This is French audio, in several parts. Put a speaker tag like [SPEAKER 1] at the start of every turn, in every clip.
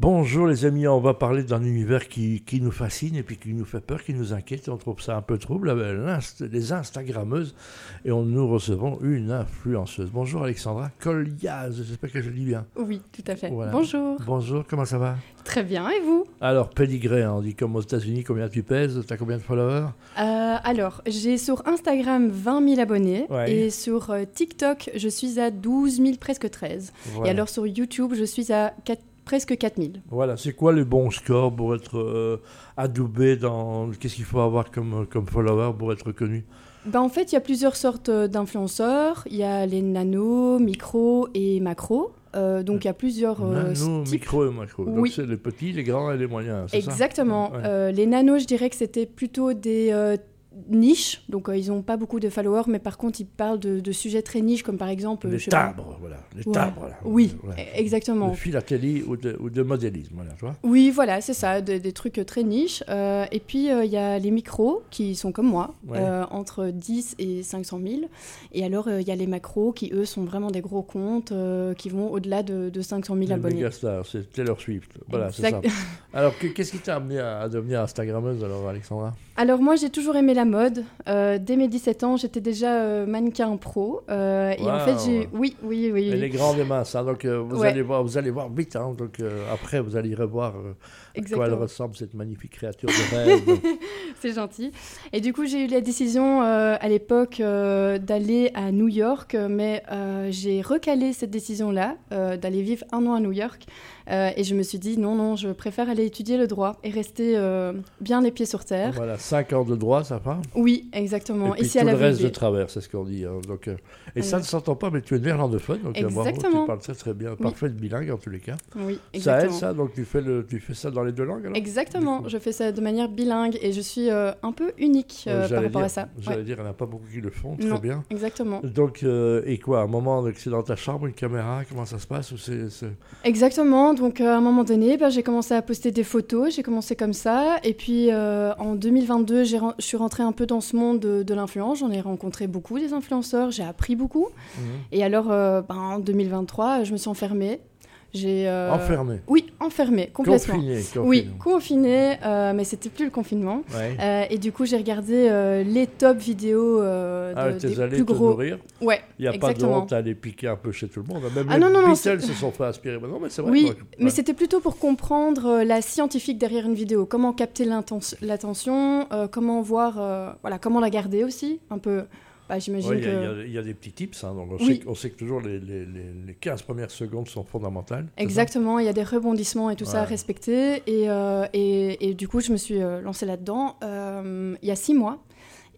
[SPEAKER 1] Bonjour les amis, on va parler d'un univers qui, qui nous fascine et puis qui nous fait peur, qui nous inquiète, on trouve ça un peu trouble, avec l'inst- les Instagrammeuses, et on, nous recevons une influenceuse. Bonjour Alexandra Colliaz, j'espère que je le dis bien.
[SPEAKER 2] Oui, tout à fait.
[SPEAKER 1] Voilà.
[SPEAKER 2] Bonjour.
[SPEAKER 1] Bonjour, comment ça va
[SPEAKER 2] Très bien, et vous
[SPEAKER 1] Alors, pedigree, hein, on dit comme aux États-Unis, combien tu pèses, t'as combien de followers
[SPEAKER 2] Euh, Alors, j'ai sur Instagram 20 000 abonnés
[SPEAKER 1] Ouais.
[SPEAKER 2] et sur euh, TikTok, je suis à 12 000, presque 13.
[SPEAKER 1] Voilà.
[SPEAKER 2] Et alors sur YouTube, je suis à quatre- presque 4 000.
[SPEAKER 1] Voilà, c'est quoi le bon score pour être euh, adoubé dans. Qu'est-ce qu'il faut avoir comme, comme follower pour être connu
[SPEAKER 2] Ben, en fait, il y a plusieurs sortes euh, d'influenceurs. Il y a les nano, micro et macro. Euh, donc, il y a plusieurs euh,
[SPEAKER 1] Nano,
[SPEAKER 2] types.
[SPEAKER 1] micro et macro. Donc
[SPEAKER 2] Oui.
[SPEAKER 1] c'est les petits, les grands et les moyens. c'est ça
[SPEAKER 2] Exactement.
[SPEAKER 1] Ouais.
[SPEAKER 2] Euh, les nanos, je dirais que c'était plutôt des euh, niches. Donc, euh, ils n'ont pas beaucoup de followers, mais par contre, ils parlent de, de sujets très niches, comme par exemple... euh,
[SPEAKER 1] Les
[SPEAKER 2] je sais pas,
[SPEAKER 1] timbres, voilà. Les
[SPEAKER 2] Ouais.
[SPEAKER 1] timbres, là.
[SPEAKER 2] Oui,
[SPEAKER 1] Voilà.
[SPEAKER 2] e- exactement.
[SPEAKER 1] De philatélie ou de, ou de modélisme, voilà, tu vois.
[SPEAKER 2] Oui, voilà, c'est ça, des, des trucs très niches. Euh, et puis, euh, il y a les micros qui sont comme moi,
[SPEAKER 1] Ouais.
[SPEAKER 2] euh, entre 10 et 500 000. Et alors, euh, il y a les macros qui, eux, sont vraiment des gros comptes euh, qui vont au-delà de, de 500 000
[SPEAKER 1] Les
[SPEAKER 2] abonnés.
[SPEAKER 1] mégastars, c'est Taylor Swift. Voilà, c'est ça.
[SPEAKER 2] Exact.
[SPEAKER 1] Alors, que- qu'est-ce qui t'a amené à, à devenir Instagrammeuse, alors,
[SPEAKER 2] Mm.
[SPEAKER 1] Alexandra
[SPEAKER 2] Alors, moi, j'ai toujours aimé la mode. Euh, dès mes 17 ans, j'étais déjà euh, mannequin pro. Euh, Et en fait,
[SPEAKER 1] Waouh.
[SPEAKER 2] j'ai. Oui, oui, oui.
[SPEAKER 1] Elle
[SPEAKER 2] oui,
[SPEAKER 1] est grande et mince, hein, donc euh, vous,
[SPEAKER 2] Ouais.
[SPEAKER 1] allez voir, vous allez voir vite. hein, donc, euh, après, vous allez revoir euh, à quoi elle
[SPEAKER 2] Exactement.
[SPEAKER 1] ressemble, cette magnifique créature de rêve.
[SPEAKER 2] C'est gentil. Et du coup, j'ai eu la décision euh, à l'époque euh, d'aller à New York, mais euh, j'ai recalé cette décision-là, euh, d'aller vivre un an à New York. Euh, et je me suis dit, non, non, je préfère aller étudier le droit et rester euh, bien les pieds sur terre.
[SPEAKER 1] Voilà, 5 ans de droit, ça va.
[SPEAKER 2] Oui,
[SPEAKER 1] Et
[SPEAKER 2] exactement.
[SPEAKER 1] puis
[SPEAKER 2] Ici à
[SPEAKER 1] tout le
[SPEAKER 2] la
[SPEAKER 1] reste de
[SPEAKER 2] ville.
[SPEAKER 1] travers, c'est ce qu'on dit. hein. Donc, euh, et ça
[SPEAKER 2] Ouais.
[SPEAKER 1] ne s'entend pas, mais tu es néerlandophone, donc euh, bravo, tu
[SPEAKER 2] Exactement.
[SPEAKER 1] parles très très bien. Parfait de bilingue en tous les cas.
[SPEAKER 2] Oui,
[SPEAKER 1] Ça aide
[SPEAKER 2] exactement.
[SPEAKER 1] ça, donc tu fais, le, tu fais ça dans les deux langues alors Du
[SPEAKER 2] Exactement,
[SPEAKER 1] coup.
[SPEAKER 2] je fais ça de manière bilingue et je suis euh, un peu unique
[SPEAKER 1] Euh,
[SPEAKER 2] euh, par
[SPEAKER 1] j'allais
[SPEAKER 2] rapport
[SPEAKER 1] dire-
[SPEAKER 2] à ça.
[SPEAKER 1] J'allais
[SPEAKER 2] Ouais,
[SPEAKER 1] dire, il n'y en a pas beaucoup qui le font, très
[SPEAKER 2] Non.
[SPEAKER 1] bien.
[SPEAKER 2] exactement.
[SPEAKER 1] Donc, euh, et quoi, à un moment, donc, c'est dans ta chambre, une caméra, comment ça se passe ou c'est, c'est-
[SPEAKER 2] Exactement. Donc, euh, à un moment donné, ben, j'ai commencé à poster des photos. J'ai commencé comme ça. Et puis, euh, en 2022, j'ai ren- je suis rentrée un peu dans ce monde de, de l'influence. J'en ai rencontré beaucoup des influenceurs. J'ai appris beaucoup. Et alors, euh, ben, en 2023, je me suis enfermée. J'ai euh,
[SPEAKER 1] Enfermé,
[SPEAKER 2] Oui, enfermée, complètement.
[SPEAKER 1] confiné, confiné.
[SPEAKER 2] Oui, confinée. euh, mais c'était plus le confinement.
[SPEAKER 1] Ouais.
[SPEAKER 2] Euh, et du coup, j'ai regardé euh, les top vidéos euh,
[SPEAKER 1] Ah,
[SPEAKER 2] de-
[SPEAKER 1] t'es
[SPEAKER 2] des
[SPEAKER 1] allé
[SPEAKER 2] plus
[SPEAKER 1] te
[SPEAKER 2] gros.
[SPEAKER 1] nourrir.
[SPEAKER 2] Ouais,
[SPEAKER 1] Il n'y a pas
[SPEAKER 2] exactement.
[SPEAKER 1] de honte à aller piquer un peu chez tout le monde. Même
[SPEAKER 2] Ah
[SPEAKER 1] les
[SPEAKER 2] non, non, non,
[SPEAKER 1] Beatles se sont fait inspirer. Mais Non, mais c'est vrai.
[SPEAKER 2] Oui,
[SPEAKER 1] donc,
[SPEAKER 2] mais
[SPEAKER 1] ouais.
[SPEAKER 2] c'était plutôt pour comprendre euh, la scientifique derrière une vidéo, comment capter l'inten- l'attention, euh, comment voir, euh, voilà, comment la garder aussi, un peu. Bah, J'imagine
[SPEAKER 1] Ouais, Il y, a-
[SPEAKER 2] que.
[SPEAKER 1] il y a- il y a des petits tips. hein, donc on,
[SPEAKER 2] Oui.
[SPEAKER 1] sait, que- on sait que toujours les, les- les- les 15 premières secondes sont fondamentales. c'est ça
[SPEAKER 2] Exactement, il y a des rebondissements et tout ça à
[SPEAKER 1] Ouais.
[SPEAKER 2] respecter. Et, euh, et, et du coup, je me suis euh, lancée là-dedans euh, il y a six mois.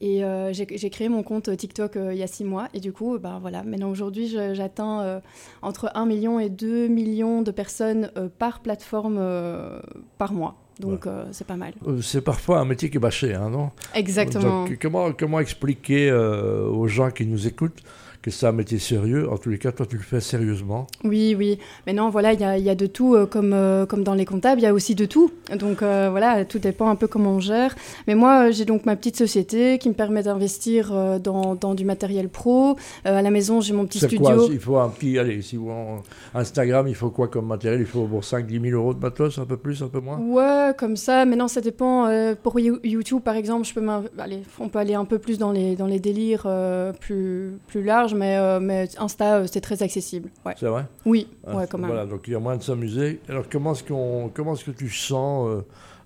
[SPEAKER 2] Et euh, j'ai j'ai créé mon compte TikTok euh, il y a six mois. Et du coup, ben voilà, maintenant aujourd'hui, je- j'atteins euh, entre 1 million et 2 millions de personnes euh, par plateforme euh, par mois. Donc, euh, c'est pas mal.
[SPEAKER 1] Euh, C'est parfois un métier qui est bâché, hein, non
[SPEAKER 2] Exactement.
[SPEAKER 1] Donc, comment, comment expliquer euh, aux gens qui nous écoutent que c'est un métier sérieux En tous les cas, toi, tu le fais sérieusement.
[SPEAKER 2] Oui, oui. Mais non, voilà, il y a, il y a de tout, euh, comme, euh, comme dans les comptables, il y a aussi de tout. Donc euh, voilà, tout dépend un peu comment on gère. Mais moi, euh, j'ai donc ma petite société qui me permet d'investir euh, dans, dans du matériel pro. Euh, à la maison, j'ai mon petit
[SPEAKER 1] C'est
[SPEAKER 2] studio.
[SPEAKER 1] quoi Il faut un petit. Allez, si on, Instagram, il faut quoi comme matériel Il faut pour 5-10 000 euros de matos, un peu plus, un peu moins
[SPEAKER 2] Ouais, comme ça. Maintenant, ça dépend. euh, pour You- YouTube, par exemple, je peux m'in- aller- on peut aller un peu plus dans les, dans les délires euh, plus, plus larges, mais, euh, mais Insta, euh, c'est très accessible. Ouais.
[SPEAKER 1] C'est vrai
[SPEAKER 2] Oui,
[SPEAKER 1] Ah,
[SPEAKER 2] ouais, quand même.
[SPEAKER 1] Voilà, donc il y a moyen de s'amuser. Alors comment est-ce, qu'on, comment est-ce que tu sens, euh,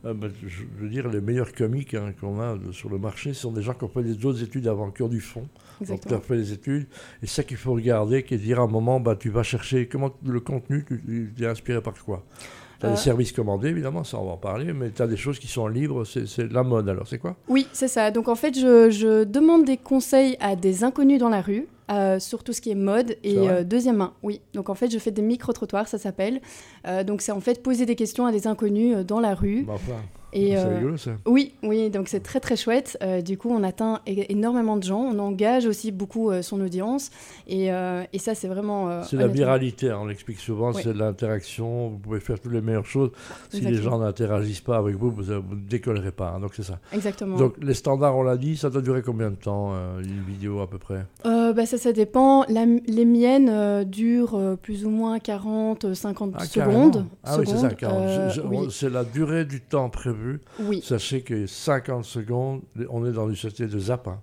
[SPEAKER 1] euh, bah, je veux dire, les meilleurs comiques hein, qu'on a de- sur le marché sont des gens qui ont fait des autres études avant, qui ont du fond, donc qui
[SPEAKER 2] Exactement.
[SPEAKER 1] ont fait des études. Et c'est ça qu'il faut regarder, qui est de dire à un moment, bah, tu vas chercher comment le contenu, tu, tu- tu es inspiré par quoi Tu as
[SPEAKER 2] Euh,
[SPEAKER 1] des services commandés, évidemment, ça on va en parler, mais tu as des choses qui sont libres, c'est, c'est de la mode alors, c'est quoi
[SPEAKER 2] Oui, c'est ça. Donc en fait, je, je demande des conseils à des inconnus dans la rue. euh, sur tout ce qui est mode et
[SPEAKER 1] vrai
[SPEAKER 2] euh, deuxième main, oui. Donc en fait, je fais des micro-trottoirs, ça s'appelle. Euh, donc c'est en fait poser des questions à des inconnus euh, dans la rue.
[SPEAKER 1] Bah, enfin,
[SPEAKER 2] Et,
[SPEAKER 1] C'est
[SPEAKER 2] euh,
[SPEAKER 1] rigolo ça.
[SPEAKER 2] oui, oui, donc c'est très très chouette. Euh, du coup, on atteint é- énormément de gens, on engage aussi beaucoup euh, son audience, et, euh, et ça c'est vraiment. euh,
[SPEAKER 1] C'est la
[SPEAKER 2] honnêtement-
[SPEAKER 1] viralité, hein, on l'explique souvent,
[SPEAKER 2] Oui.
[SPEAKER 1] c'est de l'interaction, vous pouvez faire toutes les meilleures choses. Si les
[SPEAKER 2] Exactement.
[SPEAKER 1] gens n'interagissent pas avec vous, vous euh, vous ne décollerez pas. hein, donc c'est ça.
[SPEAKER 2] Exactement.
[SPEAKER 1] Donc les standards, on l'a dit, ça doit durer combien de temps euh, une vidéo à peu près
[SPEAKER 2] Euh, bah, ça, ça dépend. La- les miennes euh, durent euh, plus ou moins 40, euh, 50
[SPEAKER 1] Ah, carrément.
[SPEAKER 2] secondes.
[SPEAKER 1] Ah oui, c'est ça,
[SPEAKER 2] Secondes,
[SPEAKER 1] 40.
[SPEAKER 2] euh,
[SPEAKER 1] Je- je-
[SPEAKER 2] oui,
[SPEAKER 1] C'est la durée du temps prévu.
[SPEAKER 2] oui.
[SPEAKER 1] Sachez que 50 secondes, on est dans une société de zap. hein.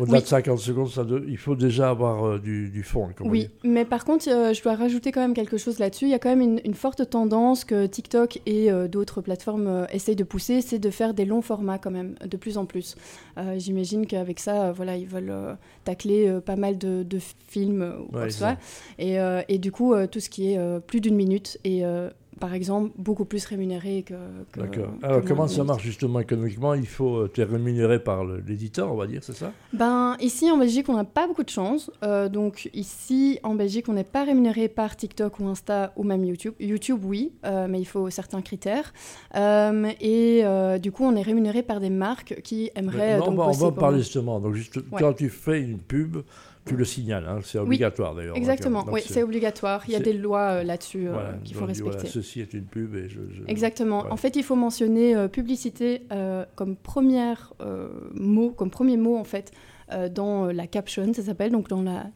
[SPEAKER 1] Au-delà
[SPEAKER 2] Oui.
[SPEAKER 1] de 50 secondes, ça de- il faut déjà avoir euh, du, du fond. comme on
[SPEAKER 2] Oui,
[SPEAKER 1] dit.
[SPEAKER 2] mais par contre, euh, je dois rajouter quand même quelque chose là-dessus. Il y a quand même une, une forte tendance que TikTok et euh, d'autres plateformes euh, essayent de pousser, c'est de faire des longs formats quand même, de plus en plus. Euh, J'imagine qu'avec ça, euh, voilà, ils veulent euh, tacler euh, pas mal de, de films euh, ou quoi
[SPEAKER 1] Ouais,
[SPEAKER 2] que ce
[SPEAKER 1] c'est
[SPEAKER 2] soit.
[SPEAKER 1] ça.
[SPEAKER 2] Et, euh, et du coup, euh, tout ce qui est euh, plus d'une minute et euh, par exemple, beaucoup plus rémunéré que. que-
[SPEAKER 1] D'accord. Ah,
[SPEAKER 2] que
[SPEAKER 1] Alors,
[SPEAKER 2] moins
[SPEAKER 1] comment
[SPEAKER 2] d'une
[SPEAKER 1] ça
[SPEAKER 2] minute.
[SPEAKER 1] marche justement économiquement Il faut. tu es rémunéré par le- l'éditeur, on va dire, c'est ça
[SPEAKER 2] Ben, ici en Belgique, on n'a pas beaucoup de chance. Euh, donc, ici en Belgique, on n'est pas rémunéré par TikTok ou Insta ou même YouTube. YouTube, oui, euh, mais il faut certains critères. Euh, et euh, du coup, on est rémunéré par des marques qui aimeraient. euh,
[SPEAKER 1] Non,
[SPEAKER 2] donc,
[SPEAKER 1] bah, on
[SPEAKER 2] bosser
[SPEAKER 1] va en
[SPEAKER 2] pour
[SPEAKER 1] parler
[SPEAKER 2] nous.
[SPEAKER 1] justement. Donc, juste,
[SPEAKER 2] Ouais.
[SPEAKER 1] quand tu fais une pub, tu le signales. hein, C'est obligatoire d'ailleurs.
[SPEAKER 2] Exactement,
[SPEAKER 1] Donc,
[SPEAKER 2] oui, c'est obligatoire. Il y a
[SPEAKER 1] c'est-
[SPEAKER 2] des lois euh, là-dessus euh,
[SPEAKER 1] voilà,
[SPEAKER 2] qu'il
[SPEAKER 1] donc,
[SPEAKER 2] faut
[SPEAKER 1] on dit,
[SPEAKER 2] respecter.
[SPEAKER 1] voilà, ceci est une pub et je. je-
[SPEAKER 2] Exactement.
[SPEAKER 1] Ouais.
[SPEAKER 2] En fait, il faut mentionner euh, publicité euh, comme première euh, mot, comme premier mot en fait euh, dans euh, la caption, ça s'appelle donc dans la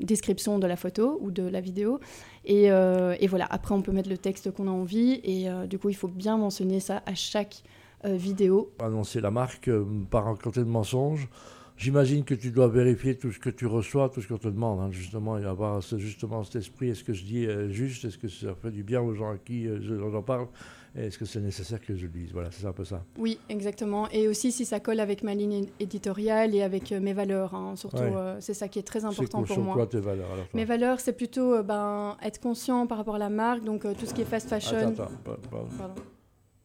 [SPEAKER 2] description de la photo ou de la vidéo. Et, euh, et voilà. Après, on peut mettre le texte qu'on a envie et euh, du coup, il faut bien mentionner ça à chaque euh, vidéo.
[SPEAKER 1] annoncer la marque euh, par un côté de mensonges. J'imagine que tu dois vérifier tout ce que tu reçois, tout ce qu'on te demande, hein, justement, et avoir ce- justement cet esprit, est-ce que je dis euh, juste, est-ce que ça fait du bien aux gens à qui euh, je- j'en parle, et est-ce que c'est nécessaire que je le dise Voilà, c'est un peu ça.
[SPEAKER 2] Oui, exactement. Et aussi si ça colle avec ma ligne éditoriale et avec euh, mes valeurs. hein. surtout,
[SPEAKER 1] Ouais.
[SPEAKER 2] euh, c'est ça qui est très
[SPEAKER 1] C'est
[SPEAKER 2] important
[SPEAKER 1] quoi-
[SPEAKER 2] pour
[SPEAKER 1] sur
[SPEAKER 2] moi.
[SPEAKER 1] quoi tes valeurs alors, toi
[SPEAKER 2] Mes valeurs, c'est plutôt euh, ben, être conscient par rapport à la marque, donc euh, tout ce qui est fast fashion.
[SPEAKER 1] Attends, attends, pa- pardon.
[SPEAKER 2] Pardon.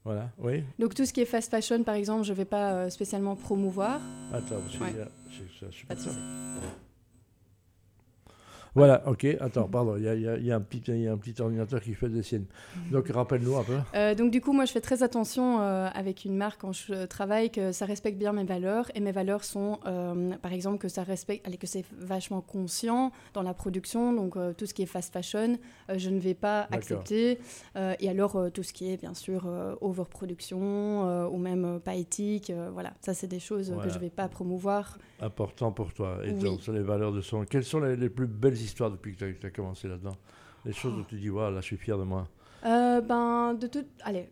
[SPEAKER 1] Voilà, oui
[SPEAKER 2] Donc tout ce qui est fast fashion, par exemple, je ne vais pas euh, spécialement promouvoir.
[SPEAKER 1] Attends, parce que
[SPEAKER 2] Ouais.
[SPEAKER 1] il y a- c'est- c'est super
[SPEAKER 2] Pas de
[SPEAKER 1] ça.
[SPEAKER 2] souci.
[SPEAKER 1] Voilà, ok, attends, pardon, il y a, il y a- il y a un petit- il y a un petit ordinateur qui fait des siennes. Donc rappelle-nous un peu.
[SPEAKER 2] Euh, donc du coup, moi, je fais très attention euh, avec une marque quand je travaille que ça respecte bien mes valeurs. Et mes valeurs sont, euh, par exemple, que ça respecte, allez, que c'est vachement conscient dans la production. Donc euh, tout ce qui est fast fashion, euh, je ne vais pas
[SPEAKER 1] D'accord.
[SPEAKER 2] accepter. Euh, et alors euh, tout ce qui est, bien sûr, euh, overproduction euh, ou même euh, pas éthique. euh, voilà, ça c'est des choses euh,
[SPEAKER 1] Voilà.
[SPEAKER 2] que je ne vais pas promouvoir.
[SPEAKER 1] important pour toi. Et
[SPEAKER 2] Oui.
[SPEAKER 1] donc, sur les valeurs de son. Quelles sont les, les plus belles histoires depuis que tu as, commencé là-dedans Les choses où tu dis, waouh, là, je suis fier de moi.
[SPEAKER 2] Euh, ben, de tout. Allez,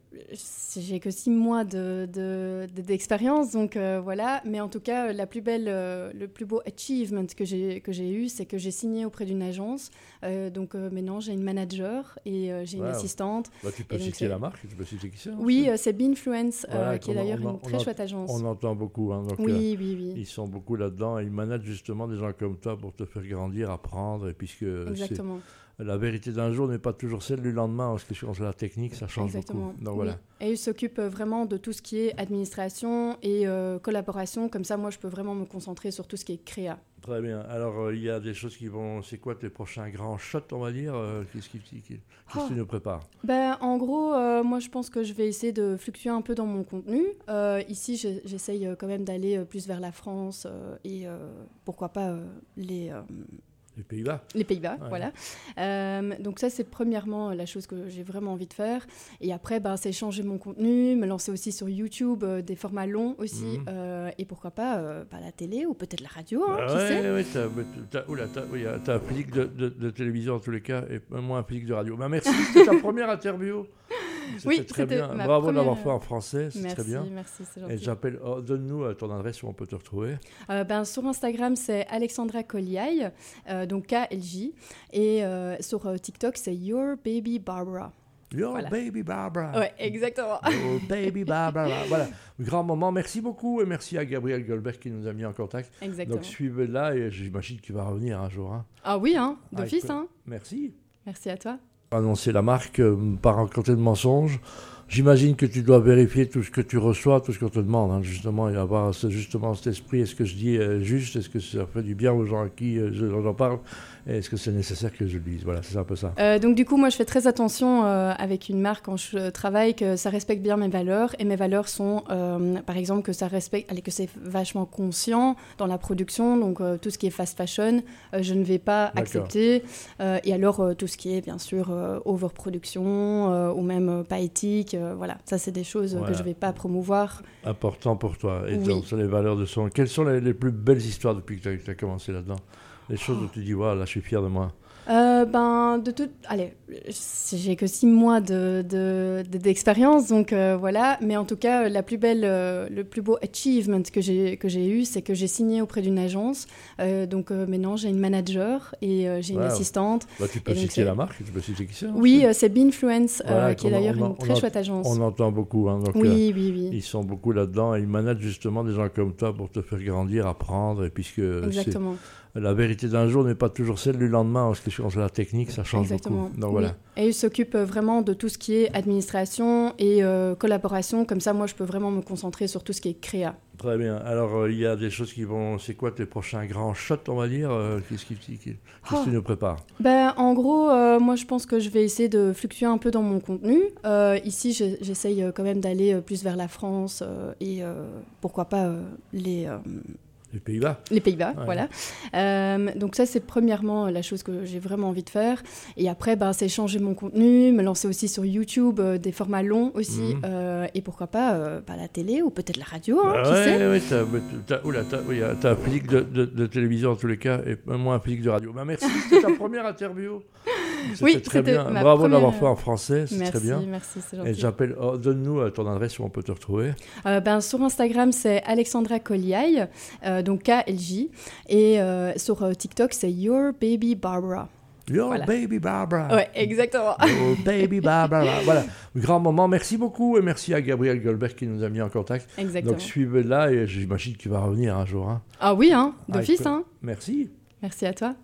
[SPEAKER 2] j'ai que six mois de- de- de- d'expérience, donc euh, voilà. Mais en tout cas, euh, la plus belle, euh, le plus beau achievement que j'ai que j'ai eu, c'est que j'ai signé auprès d'une agence. Euh, donc euh, maintenant, j'ai une manager et euh, j'ai
[SPEAKER 1] Wow.
[SPEAKER 2] une assistante.
[SPEAKER 1] Bah, tu peux
[SPEAKER 2] Et donc,
[SPEAKER 1] citer
[SPEAKER 2] c'est-
[SPEAKER 1] la marque, tu peux citer qui c'est. hein,
[SPEAKER 2] Oui,
[SPEAKER 1] c'est-
[SPEAKER 2] euh, c'est Binfluence, euh,
[SPEAKER 1] Voilà,
[SPEAKER 2] qui est
[SPEAKER 1] qu'on en-
[SPEAKER 2] d'ailleurs
[SPEAKER 1] on en-
[SPEAKER 2] une
[SPEAKER 1] on
[SPEAKER 2] très
[SPEAKER 1] en-
[SPEAKER 2] chouette agence.
[SPEAKER 1] on entend beaucoup. hein, donc, euh,
[SPEAKER 2] oui, oui, oui.
[SPEAKER 1] ils sont beaucoup là-dedans et ils managent justement des gens comme toi pour te faire grandir, apprendre. Et puisque c'est-
[SPEAKER 2] Exactement.
[SPEAKER 1] la vérité d'un jour n'est pas toujours celle du lendemain, en ce qui concerne la technique, ça change
[SPEAKER 2] Exactement.
[SPEAKER 1] beaucoup. Donc
[SPEAKER 2] oui.
[SPEAKER 1] voilà.
[SPEAKER 2] Et ils s'occupent euh, vraiment de tout ce qui est administration et euh, collaboration. Comme ça, moi, je peux vraiment me concentrer sur tout ce qui est créa.
[SPEAKER 1] Très bien. Alors, euh, il y a des choses qui vont. C'est quoi tes prochains grands shots, on va dire euh, Qu'est-ce qui- qui- qui-
[SPEAKER 2] Oh.
[SPEAKER 1] qu'est-ce que tu nous prépares
[SPEAKER 2] Ben, en gros, euh, moi je pense que je vais essayer de fluctuer un peu dans mon contenu. Euh, ici, je- j'essaye euh, quand même d'aller euh, plus vers la France euh, et euh, pourquoi pas euh, les, euh,
[SPEAKER 1] Les Pays-Bas
[SPEAKER 2] les Pays-Bas.
[SPEAKER 1] Ouais.
[SPEAKER 2] Voilà. Euh, donc, ça, c'est premièrement euh, la chose que j'ai vraiment envie de faire. Et après, ben, c'est changer mon contenu, me lancer aussi sur YouTube, euh, des formats longs aussi.
[SPEAKER 1] Mhm.
[SPEAKER 2] euh, et pourquoi pas euh, ben, la télé ou peut-être la radio, hein,
[SPEAKER 1] Bah
[SPEAKER 2] qui
[SPEAKER 1] ouais,
[SPEAKER 2] sait
[SPEAKER 1] ouais, t'as, mais t'as- oula, t'as- oui, euh, t'as un physique de, de- de télévision en tous les cas et moins un physique de radio. Bah, merci, c'était ta première interview. C'était
[SPEAKER 2] Oui,
[SPEAKER 1] très
[SPEAKER 2] c'était
[SPEAKER 1] bien.
[SPEAKER 2] ma
[SPEAKER 1] Bravo
[SPEAKER 2] première,
[SPEAKER 1] d'avoir
[SPEAKER 2] euh,
[SPEAKER 1] fait en français, c'est
[SPEAKER 2] Merci,
[SPEAKER 1] très bien.
[SPEAKER 2] merci, c'est
[SPEAKER 1] Et
[SPEAKER 2] gentil.
[SPEAKER 1] j'appelle, oh, donne-nous euh, ton adresse où on peut te retrouver.
[SPEAKER 2] Euh, ben, sur Instagram, c'est Alexandra Colliaille, euh, donc KLJ. Et euh, sur euh, TikTok, c'est Your Baby Barbara.
[SPEAKER 1] Your
[SPEAKER 2] Voilà.
[SPEAKER 1] baby Barbara.
[SPEAKER 2] Ouais, exactement.
[SPEAKER 1] Your baby Barbara. voilà, grand moment. Merci beaucoup et merci à Gabriel Goldberg qui nous a mis en contact.
[SPEAKER 2] Exactement.
[SPEAKER 1] Donc suivez-la et j'imagine qu'il va revenir un jour. hein.
[SPEAKER 2] Ah oui, hein,
[SPEAKER 1] Ah,
[SPEAKER 2] d'office,
[SPEAKER 1] écoute.
[SPEAKER 2] hein.
[SPEAKER 1] Merci.
[SPEAKER 2] Merci à toi.
[SPEAKER 1] annoncer la marque euh, par un côté de mensonges. J'imagine que tu dois vérifier tout ce que tu reçois, tout ce qu'on te demande, hein, justement, et avoir ce- justement cet esprit, est-ce que je dis euh, juste, est-ce que ça fait du bien aux gens à qui euh, je- j'en parle, Est-ce que c'est nécessaire que je le dise Voilà, c'est un peu ça.
[SPEAKER 2] Euh, donc du coup, moi, je fais très attention euh, avec une marque quand je travaille que ça respecte bien mes valeurs. Et mes valeurs sont, euh, par exemple, que ça respecte, allez, que c'est vachement conscient dans la production. Donc euh, tout ce qui est fast fashion, euh, je ne vais pas accepter. Euh, et alors tout ce qui est, bien sûr, euh, overproduction euh, ou même pas éthique. euh, voilà, ça c'est des choses euh,
[SPEAKER 1] Voilà.
[SPEAKER 2] que je ne vais pas promouvoir.
[SPEAKER 1] Important pour toi. Et
[SPEAKER 2] Oui.
[SPEAKER 1] donc, sur les valeurs de son. Quelles sont les, les plus belles histoires depuis que tu as, commencé là-dedans Les choses où tu dis, voilà, là, je suis fier de moi.
[SPEAKER 2] Euh, ben, de tout. Allez, j'ai que six mois de- de- de- d'expérience, donc euh, voilà. Mais en tout cas, euh, la plus belle, euh, le plus beau achievement que j'ai que j'ai eu, c'est que j'ai signé auprès d'une agence. Euh, donc euh, maintenant, j'ai une manager et euh, j'ai
[SPEAKER 1] Wow.
[SPEAKER 2] une assistante.
[SPEAKER 1] Bah, tu peux
[SPEAKER 2] Et donc,
[SPEAKER 1] citer
[SPEAKER 2] c'est-
[SPEAKER 1] la marque, tu peux citer qui c'est. hein,
[SPEAKER 2] Oui,
[SPEAKER 1] c'est-
[SPEAKER 2] euh, c'est Beanfluence, euh,
[SPEAKER 1] Voilà,
[SPEAKER 2] qui est
[SPEAKER 1] qu'on-
[SPEAKER 2] d'ailleurs
[SPEAKER 1] on en-
[SPEAKER 2] une
[SPEAKER 1] on
[SPEAKER 2] très
[SPEAKER 1] en-
[SPEAKER 2] chouette agence.
[SPEAKER 1] on entend beaucoup. hein, donc, euh,
[SPEAKER 2] Oui, oui, oui.
[SPEAKER 1] Ils sont beaucoup là-dedans et ils managent justement des gens comme toi pour te faire grandir, apprendre. Et puisque c'est-
[SPEAKER 2] Exactement.
[SPEAKER 1] la vérité d'un jour n'est pas toujours celle du lendemain, parce que sur la technique, ça change
[SPEAKER 2] Exactement.
[SPEAKER 1] beaucoup. Donc
[SPEAKER 2] oui.
[SPEAKER 1] voilà.
[SPEAKER 2] Et ils s'occupent vraiment de tout ce qui est administration et euh, collaboration. Comme ça, moi, je peux vraiment me concentrer sur tout ce qui est créa.
[SPEAKER 1] Très bien. Alors, euh, il y a des choses qui vont. C'est quoi tes prochains grands shots, on va dire euh, Qu'est-ce qui- qui- qui- qu'est-ce que
[SPEAKER 2] Oh.
[SPEAKER 1] tu nous prépares
[SPEAKER 2] Ben, en gros, euh, moi je pense que je vais essayer de fluctuer un peu dans mon contenu. Euh, ici, je- j'essaye euh, quand même d'aller euh, plus vers la France euh, et euh, pourquoi pas euh, les, euh,
[SPEAKER 1] Les Pays-Bas
[SPEAKER 2] les Pays-Bas.
[SPEAKER 1] Ouais.
[SPEAKER 2] Voilà. Euh, donc, ça, c'est premièrement euh, la chose que j'ai vraiment envie de faire. Et après, ben, c'est changer mon contenu, me lancer aussi sur YouTube, euh, des formats longs aussi.
[SPEAKER 1] Mhm.
[SPEAKER 2] euh, et pourquoi pas euh, ben, la télé ou peut-être la radio, hein,
[SPEAKER 1] Bah
[SPEAKER 2] qui sait
[SPEAKER 1] ouais, ouais, t'as, mais t'as- oula, t'as- oui, euh, t'as un physique de, de- de télévision en tous les cas et moins un physique de radio. Bah, merci, c'était ta première interview. C'était
[SPEAKER 2] Oui,
[SPEAKER 1] très
[SPEAKER 2] c'était
[SPEAKER 1] bien.
[SPEAKER 2] ma
[SPEAKER 1] Bravo
[SPEAKER 2] première-
[SPEAKER 1] d'avoir fait en français, c'est
[SPEAKER 2] Merci,
[SPEAKER 1] très bien.
[SPEAKER 2] merci, c'est
[SPEAKER 1] Et
[SPEAKER 2] gentil.
[SPEAKER 1] j'appelle, oh, donne-nous euh, ton adresse où on peut te retrouver.
[SPEAKER 2] Euh, ben, sur Instagram, c'est Alexandra Colliaille, euh, donc KLJ. Et euh, sur euh, TikTok, c'est Your Baby Barbara.
[SPEAKER 1] Your
[SPEAKER 2] Voilà.
[SPEAKER 1] baby Barbara.
[SPEAKER 2] Ouais, exactement.
[SPEAKER 1] Your baby Barbara. voilà, grand moment. Merci beaucoup et merci à Gabriel Goldberg qui nous a mis en contact.
[SPEAKER 2] Exactement.
[SPEAKER 1] Donc suivez-la et j'imagine qu'il va revenir un jour. hein.
[SPEAKER 2] Ah oui, hein,
[SPEAKER 1] Ah,
[SPEAKER 2] d'office,
[SPEAKER 1] écoute.
[SPEAKER 2] hein.
[SPEAKER 1] Merci.
[SPEAKER 2] Merci à toi.